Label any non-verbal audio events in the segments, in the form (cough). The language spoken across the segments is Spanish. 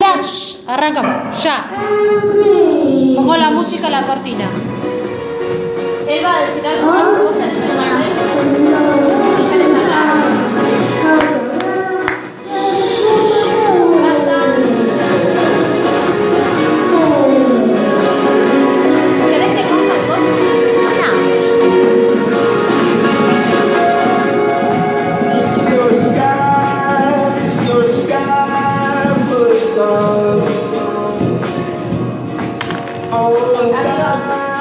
Vamos, arrancamos, ya. Pongo Pongo la música a la cortina. Él va a decir algo. vos tenés que hacer. ¿Querés que ponga vos? No.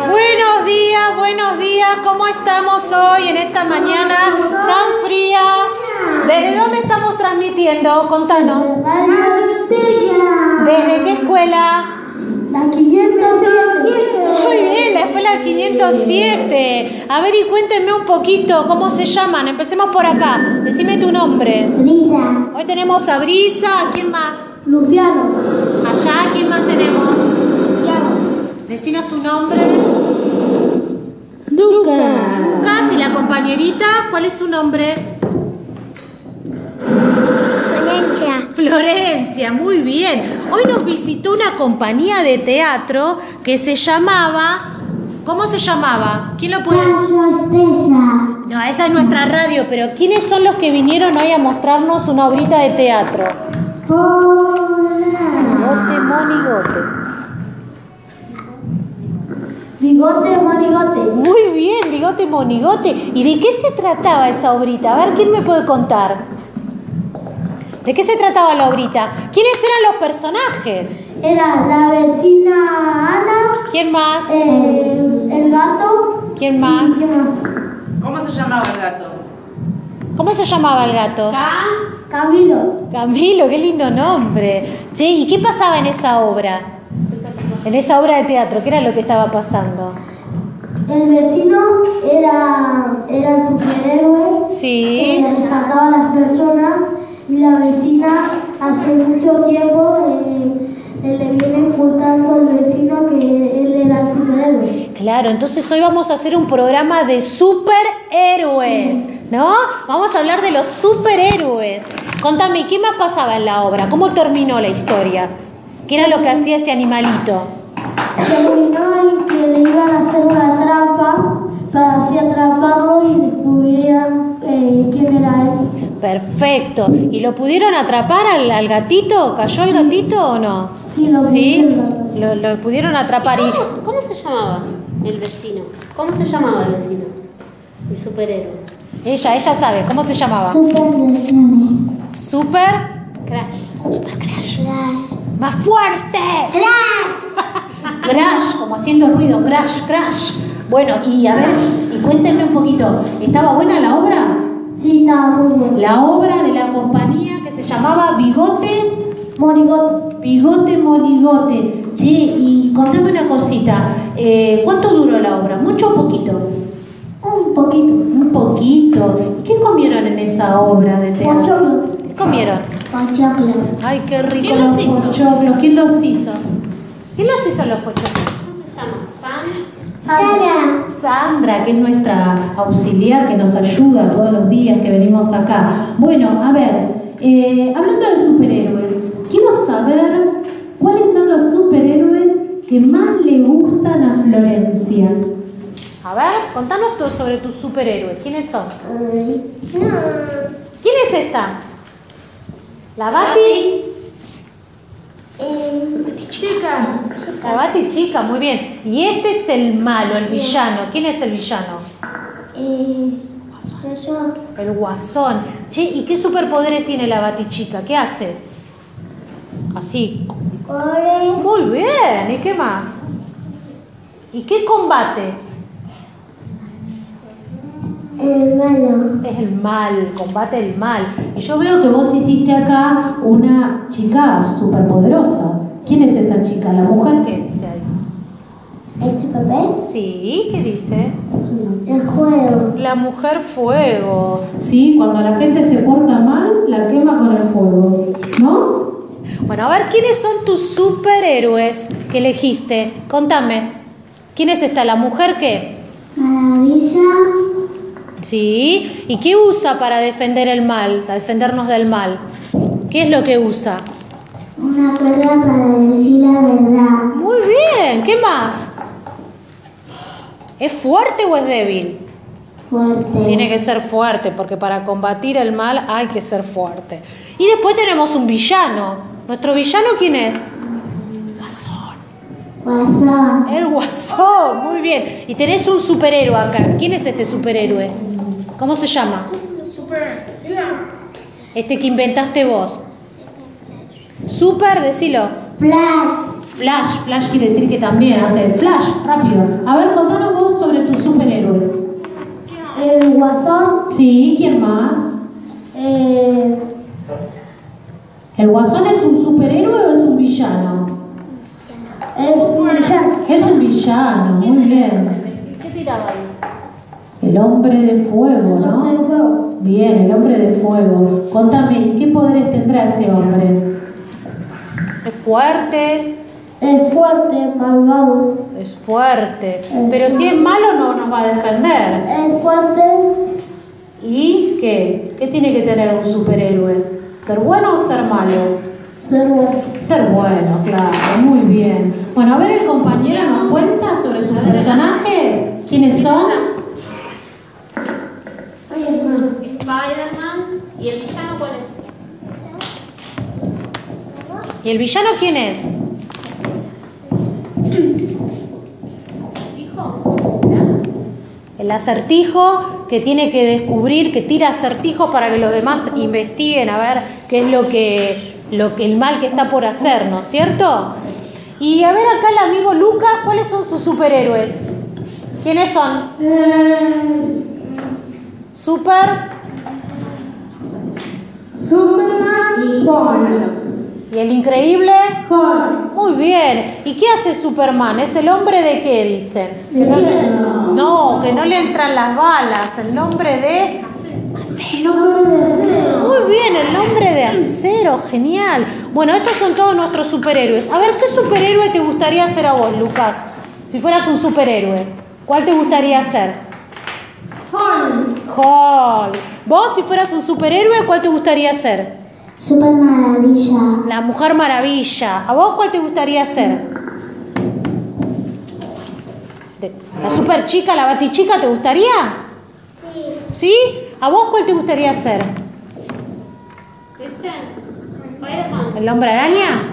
Buenos días, buenos días. ¿Cómo estamos hoy en esta mañana tan fría? ¿Desde dónde estamos transmitiendo? Contanos. ¿Desde qué escuela? La 507. Muy bien, la escuela 507. A ver y cuéntenme un poquito cómo se llaman. Empecemos por acá. Decime tu nombre. Lisa. Hoy tenemos a Brisa. ¿Quién más? Luciano. Allá, ¿quién más tenemos? Decinos tu nombre. Duca. Lucas y la compañerita, ¿cuál es su nombre? Valencia. Florencia, muy bien. Hoy nos visitó una compañía de teatro que se llamaba. ¿Cómo se llamaba? ¿Quién lo puede.? Estrella. No, esa es nuestra radio, pero ¿quiénes son los que vinieron hoy a mostrarnos una obrita de teatro? Hola. Gote, monigote. Bigote, monigote. Muy bien, bigote, monigote. ¿Y de qué se trataba esa obrita? A ver, ¿quién me puede contar? ¿De qué se trataba la obrita? ¿Quiénes eran los personajes? Era la vecina Ana, ¿Quién más? eh, el gato. ¿Quién más? ¿Y quién más? ¿Cómo se llamaba el gato? ¿Cómo se llamaba el gato? Camilo. Camilo, qué lindo nombre. Sí, ¿y qué pasaba en esa obra? En esa obra de teatro, ¿qué era lo que estaba pasando? El vecino era, era el superhéroe. Sí. que rescataba a las personas y la vecina hace mucho tiempo eh, eh, le viene ocultando al vecino que él era el superhéroe. Claro, entonces hoy vamos a hacer un programa de superhéroes, ¿no? Vamos a hablar de los superhéroes. Contame, ¿qué más pasaba en la obra? ¿Cómo terminó la historia? ¿Qué era lo que hacía ese animalito? Terminó en que le iban a hacer una trampa para así atraparlo y descubrieran eh, quién era él. Perfecto. ¿Y lo pudieron atrapar al, al gatito? ¿Cayó el gatito o no? Sí, lo ¿Sí? pudieron. Lo, lo pudieron atrapar y... ¿Cómo, cómo se llamaba el vecino? ¿Cómo se llamaba el vecino? El superhéroe. Ella, ella sabe, ¿cómo se llamaba? Superhéroe. Super... Crash. Crash. ¡Más fuerte! ¡Crash! (laughs) ¡Crash! Como haciendo ruido, crash, crash. Bueno, y a ver, y cuéntenme un poquito, ¿estaba buena la obra? Sí, estaba muy bien. La obra de la compañía que se llamaba Bigote Monigote. Bigote Monigote. Che, y contame una cosita. eh, ¿Cuánto duró la obra? ¿Mucho o poquito? Un poquito. Un poquito. ¿Y qué comieron en esa obra de teatro? Pochoclo. ¿Qué comieron? Pochoclo. Ay, qué rico ¿Quién los los hizo? pochoclos. ¿Quién los hizo? ¿Quién los hizo los pochoclos? ¿Cómo se llama? San. Sara. Sandra, que es nuestra auxiliar que nos ayuda todos los días que venimos acá. Bueno, a ver, eh, hablando de superhéroes, quiero saber cuáles son los superhéroes que más le gustan a Florencia. A ver, contanos tú sobre tus superhéroes. ¿Quiénes son? Ay, no. ¿Quién es esta? ¿La Bati? Eh, chica. La Bati chica, muy bien. Y este es el malo, el villano. ¿Quién es el villano? Eh, yo El guasón. Che, ¿y qué superpoderes tiene la batichica? ¿Qué hace? Así. corre, Muy bien. ¿Y qué más? ¿Y qué combate? el malo. Es el mal, combate el mal. Y yo veo que vos hiciste acá una chica superpoderosa. ¿Quién es esa chica? ¿La mujer qué dice ahí? Este papel, Sí, ¿qué dice? el juego. La mujer fuego. Sí, cuando la gente se porta mal, la quema con el fuego, ¿no? Bueno, a ver, ¿quiénes son tus superhéroes que elegiste? Contame. ¿Quién es esta? ¿La mujer qué? Maravilla, Sí. ¿Y qué usa para defender el mal, para defendernos del mal? ¿Qué es lo que usa? Una cuerda para decir la verdad. Muy bien, ¿qué más? ¿Es fuerte o es débil? Fuerte. Tiene que ser fuerte, porque para combatir el mal hay que ser fuerte. Y después tenemos un villano. ¿Nuestro villano quién es? Guasón. Guasón. El guasón, muy bien. Y tenés un superhéroe acá. ¿Quién es este superhéroe? ¿Cómo se llama? Este que inventaste vos. Super, decilo. Flash. Flash, Flash quiere decir que también hace Flash, rápido. A ver, contanos vos sobre tus superhéroes. El guasón. Sí, ¿quién más? Eh, ¿El Guasón es un superhéroe o es un villano? es un Es un villano, muy bien. ¿Qué tiraba ahí? El hombre de fuego, de ¿no? fuego. Bien, el hombre de fuego. Contame, ¿qué poderes tendrá ese hombre? Es fuerte, Es fuerte, malvado. es fuerte. Pero si es malo no nos va a defender. Es fuerte, ¿Y qué? ¿Qué tiene que tener un superhéroe? ¿Ser bueno o ser malo? ser bueno. Ser bueno, claro, muy bien. Bueno, a ver, el compañero nos cuenta sobre sus personajes. ¿Quiénes son? Spider-Man. ¿Y el villano cuál es? ¿Y el villano quién es? El acertijo que tiene que descubrir, que tira acertijos para que los demás investiguen a ver qué es lo que, lo que el mal que está por hacer, ¿no es cierto? Y a ver acá el amigo Lucas, ¿cuáles son sus superhéroes? ¿Quiénes son? Eh, Super Superman y Paul. y el increíble. Muy bien. ¿Y qué hace Superman? ¿Es el hombre de qué dicen? No, que no le entran las balas. El nombre de. Muy bien, el nombre de acero, genial. Bueno, estos son todos nuestros superhéroes. A ver, ¿qué superhéroe te gustaría ser a vos, Lucas? Si fueras un superhéroe, ¿cuál te gustaría ser? Hulk. Vos, si fueras un superhéroe, ¿cuál te gustaría ser? Super maravilla. La Mujer Maravilla. ¿A vos cuál te gustaría ser? De- ¿La super chica, la batichica, te gustaría? Sí. ¿Sí? ¿A vos cuál te gustaría ser? ¿Este? Spider-Man. ¿El hombre araña?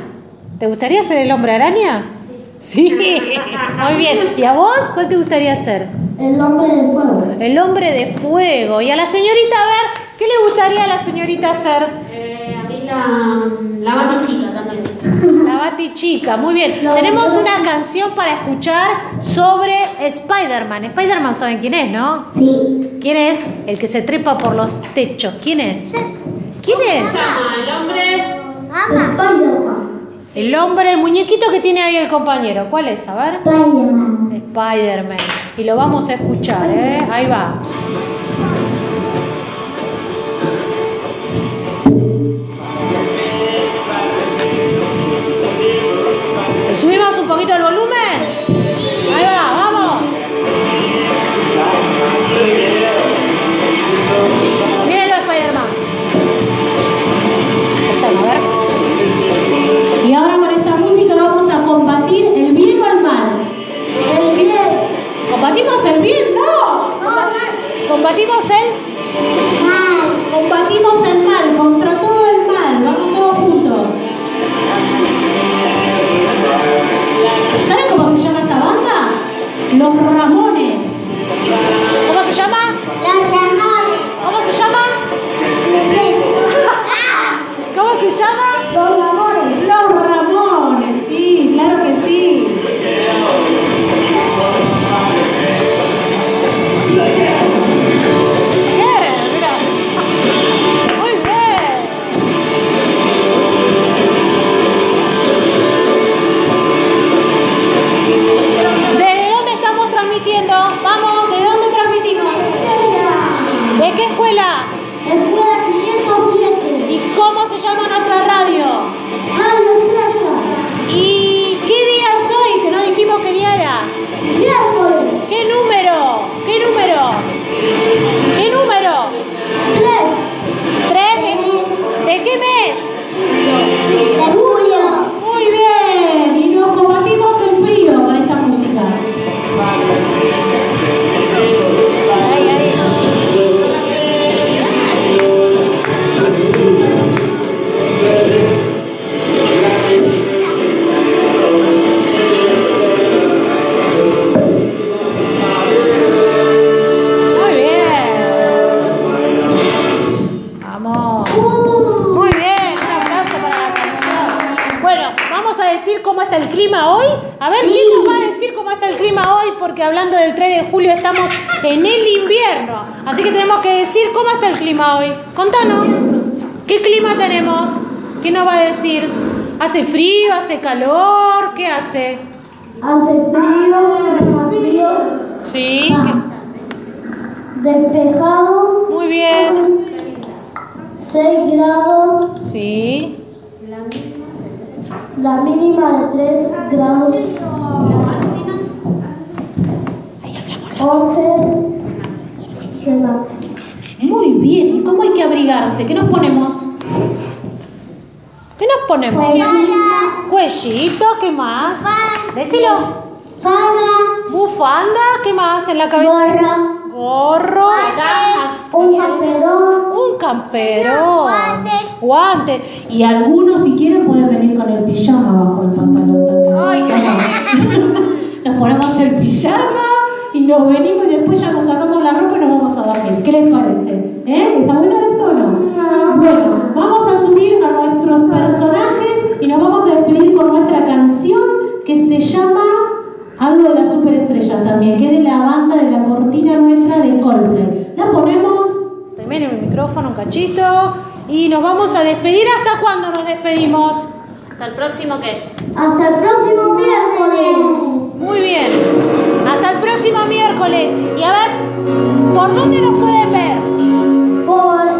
¿Te gustaría ser el hombre araña? Sí. (laughs) Muy bien. ¿Y a vos cuál te gustaría ser? El hombre del fuego. El hombre de fuego. ¿Y a la señorita, a ver, qué le gustaría a la señorita ser? Eh, a mí la, la batichica también. La Bati Chica, muy bien. Tenemos una canción para escuchar sobre Spider-Man. Spider-Man saben quién es, ¿no? Sí. ¿Quién es? El que se trepa por los techos. ¿Quién es? ¿Quién es? Llama el hombre. Spider-Man. El hombre, el muñequito que tiene ahí el compañero. ¿Cuál es? A ver. Spider-Man. Spider-Man. Y lo vamos a escuchar, ¿eh? Ahí va. ¿Le subimos un poquito el volumen? Ahí va, vamos. Mírenlo, Spider-Man. Ahí está, a ver. Y ahora con esta música vamos a combatir el bien o el mal. El bien. ¿Combatimos el bien? ¡No! Combatimos el... Mal. Combatimos el mal, contra todo el mal. Vamos todos juntos. ¿Saben cómo se llama esta banda? Los Ramones. ¿Cómo se llama? Los Ramones. ¿Cómo se (laughs) llama? ¿Cómo se llama? Los Ramones. Los Ramones, sí, claro que sí. Uh. Bueno, vamos a decir cómo está el clima hoy. A ver, ¿quién nos va a decir cómo está el clima hoy? Porque hablando del 3 de julio estamos en el invierno. Así que tenemos que decir cómo está el clima hoy. Contanos, ¿qué clima tenemos? ¿Qué nos va a decir? ¿Hace frío? ¿Hace calor? ¿Qué hace? Hace frío, hace frío, Sí, que- despejado, muy bien. 6 grados, Sí. la mínima de 3 grados, 11 de máximo. Muy bien, ¿y cómo hay que abrigarse? ¿Qué nos ponemos? ¿Qué nos ponemos? Cuellito, ¿qué más? Decilo. Fara, Bufanda, ¿qué más en la cabeza? Gorro. un campeón, Un camperón. Guante. Y algunos, si quieren, pueden venir con el pijama bajo el pantalón también. (laughs) nos ponemos el pijama y nos venimos y después ya nos sacamos la ropa y nos vamos a dormir. ¿Qué les parece? ¿Eh? ¿Está bueno eso o no? Bueno, vamos a subir a nuestros personajes y nos vamos a despedir con nuestra canción que se llama algo de la superestrella también, que es de la banda de la cortina nuestra de Coldplay. La ponemos También el micrófono, un cachito. Y nos vamos a despedir. ¿Hasta cuándo nos despedimos? Hasta el próximo que. hasta el próximo miércoles. Muy bien. Hasta el próximo miércoles. Y a ver, ¿por dónde nos pueden ver? por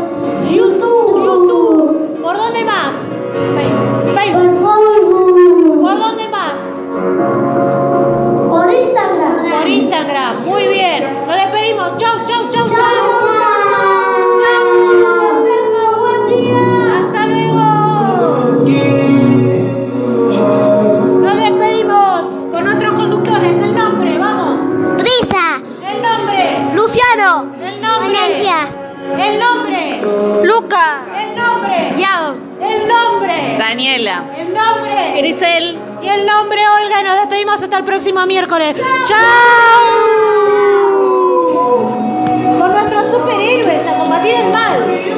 YouTube, YouTube. ¿Por dónde más? Facebook. Facebook. por Facebook, ¿Por dónde más? por Instagram. por Instagram. Muy bien. Nos despedimos. Chau, chau, chau, chau. Chao. Tenga buen día. Hasta luego. Nos despedimos con otros conductores. El nombre, vamos. Brisa, El nombre. Luciano, El nombre. Valencia, El nombre. Luca, El nombre. Yao. El nombre. Daniela. El nombre. Grisel. Y el nombre, Olga. Y nos despedimos hasta el próximo miércoles. Chau. Con nuestros superhéroes a combatir el mal. Este eh,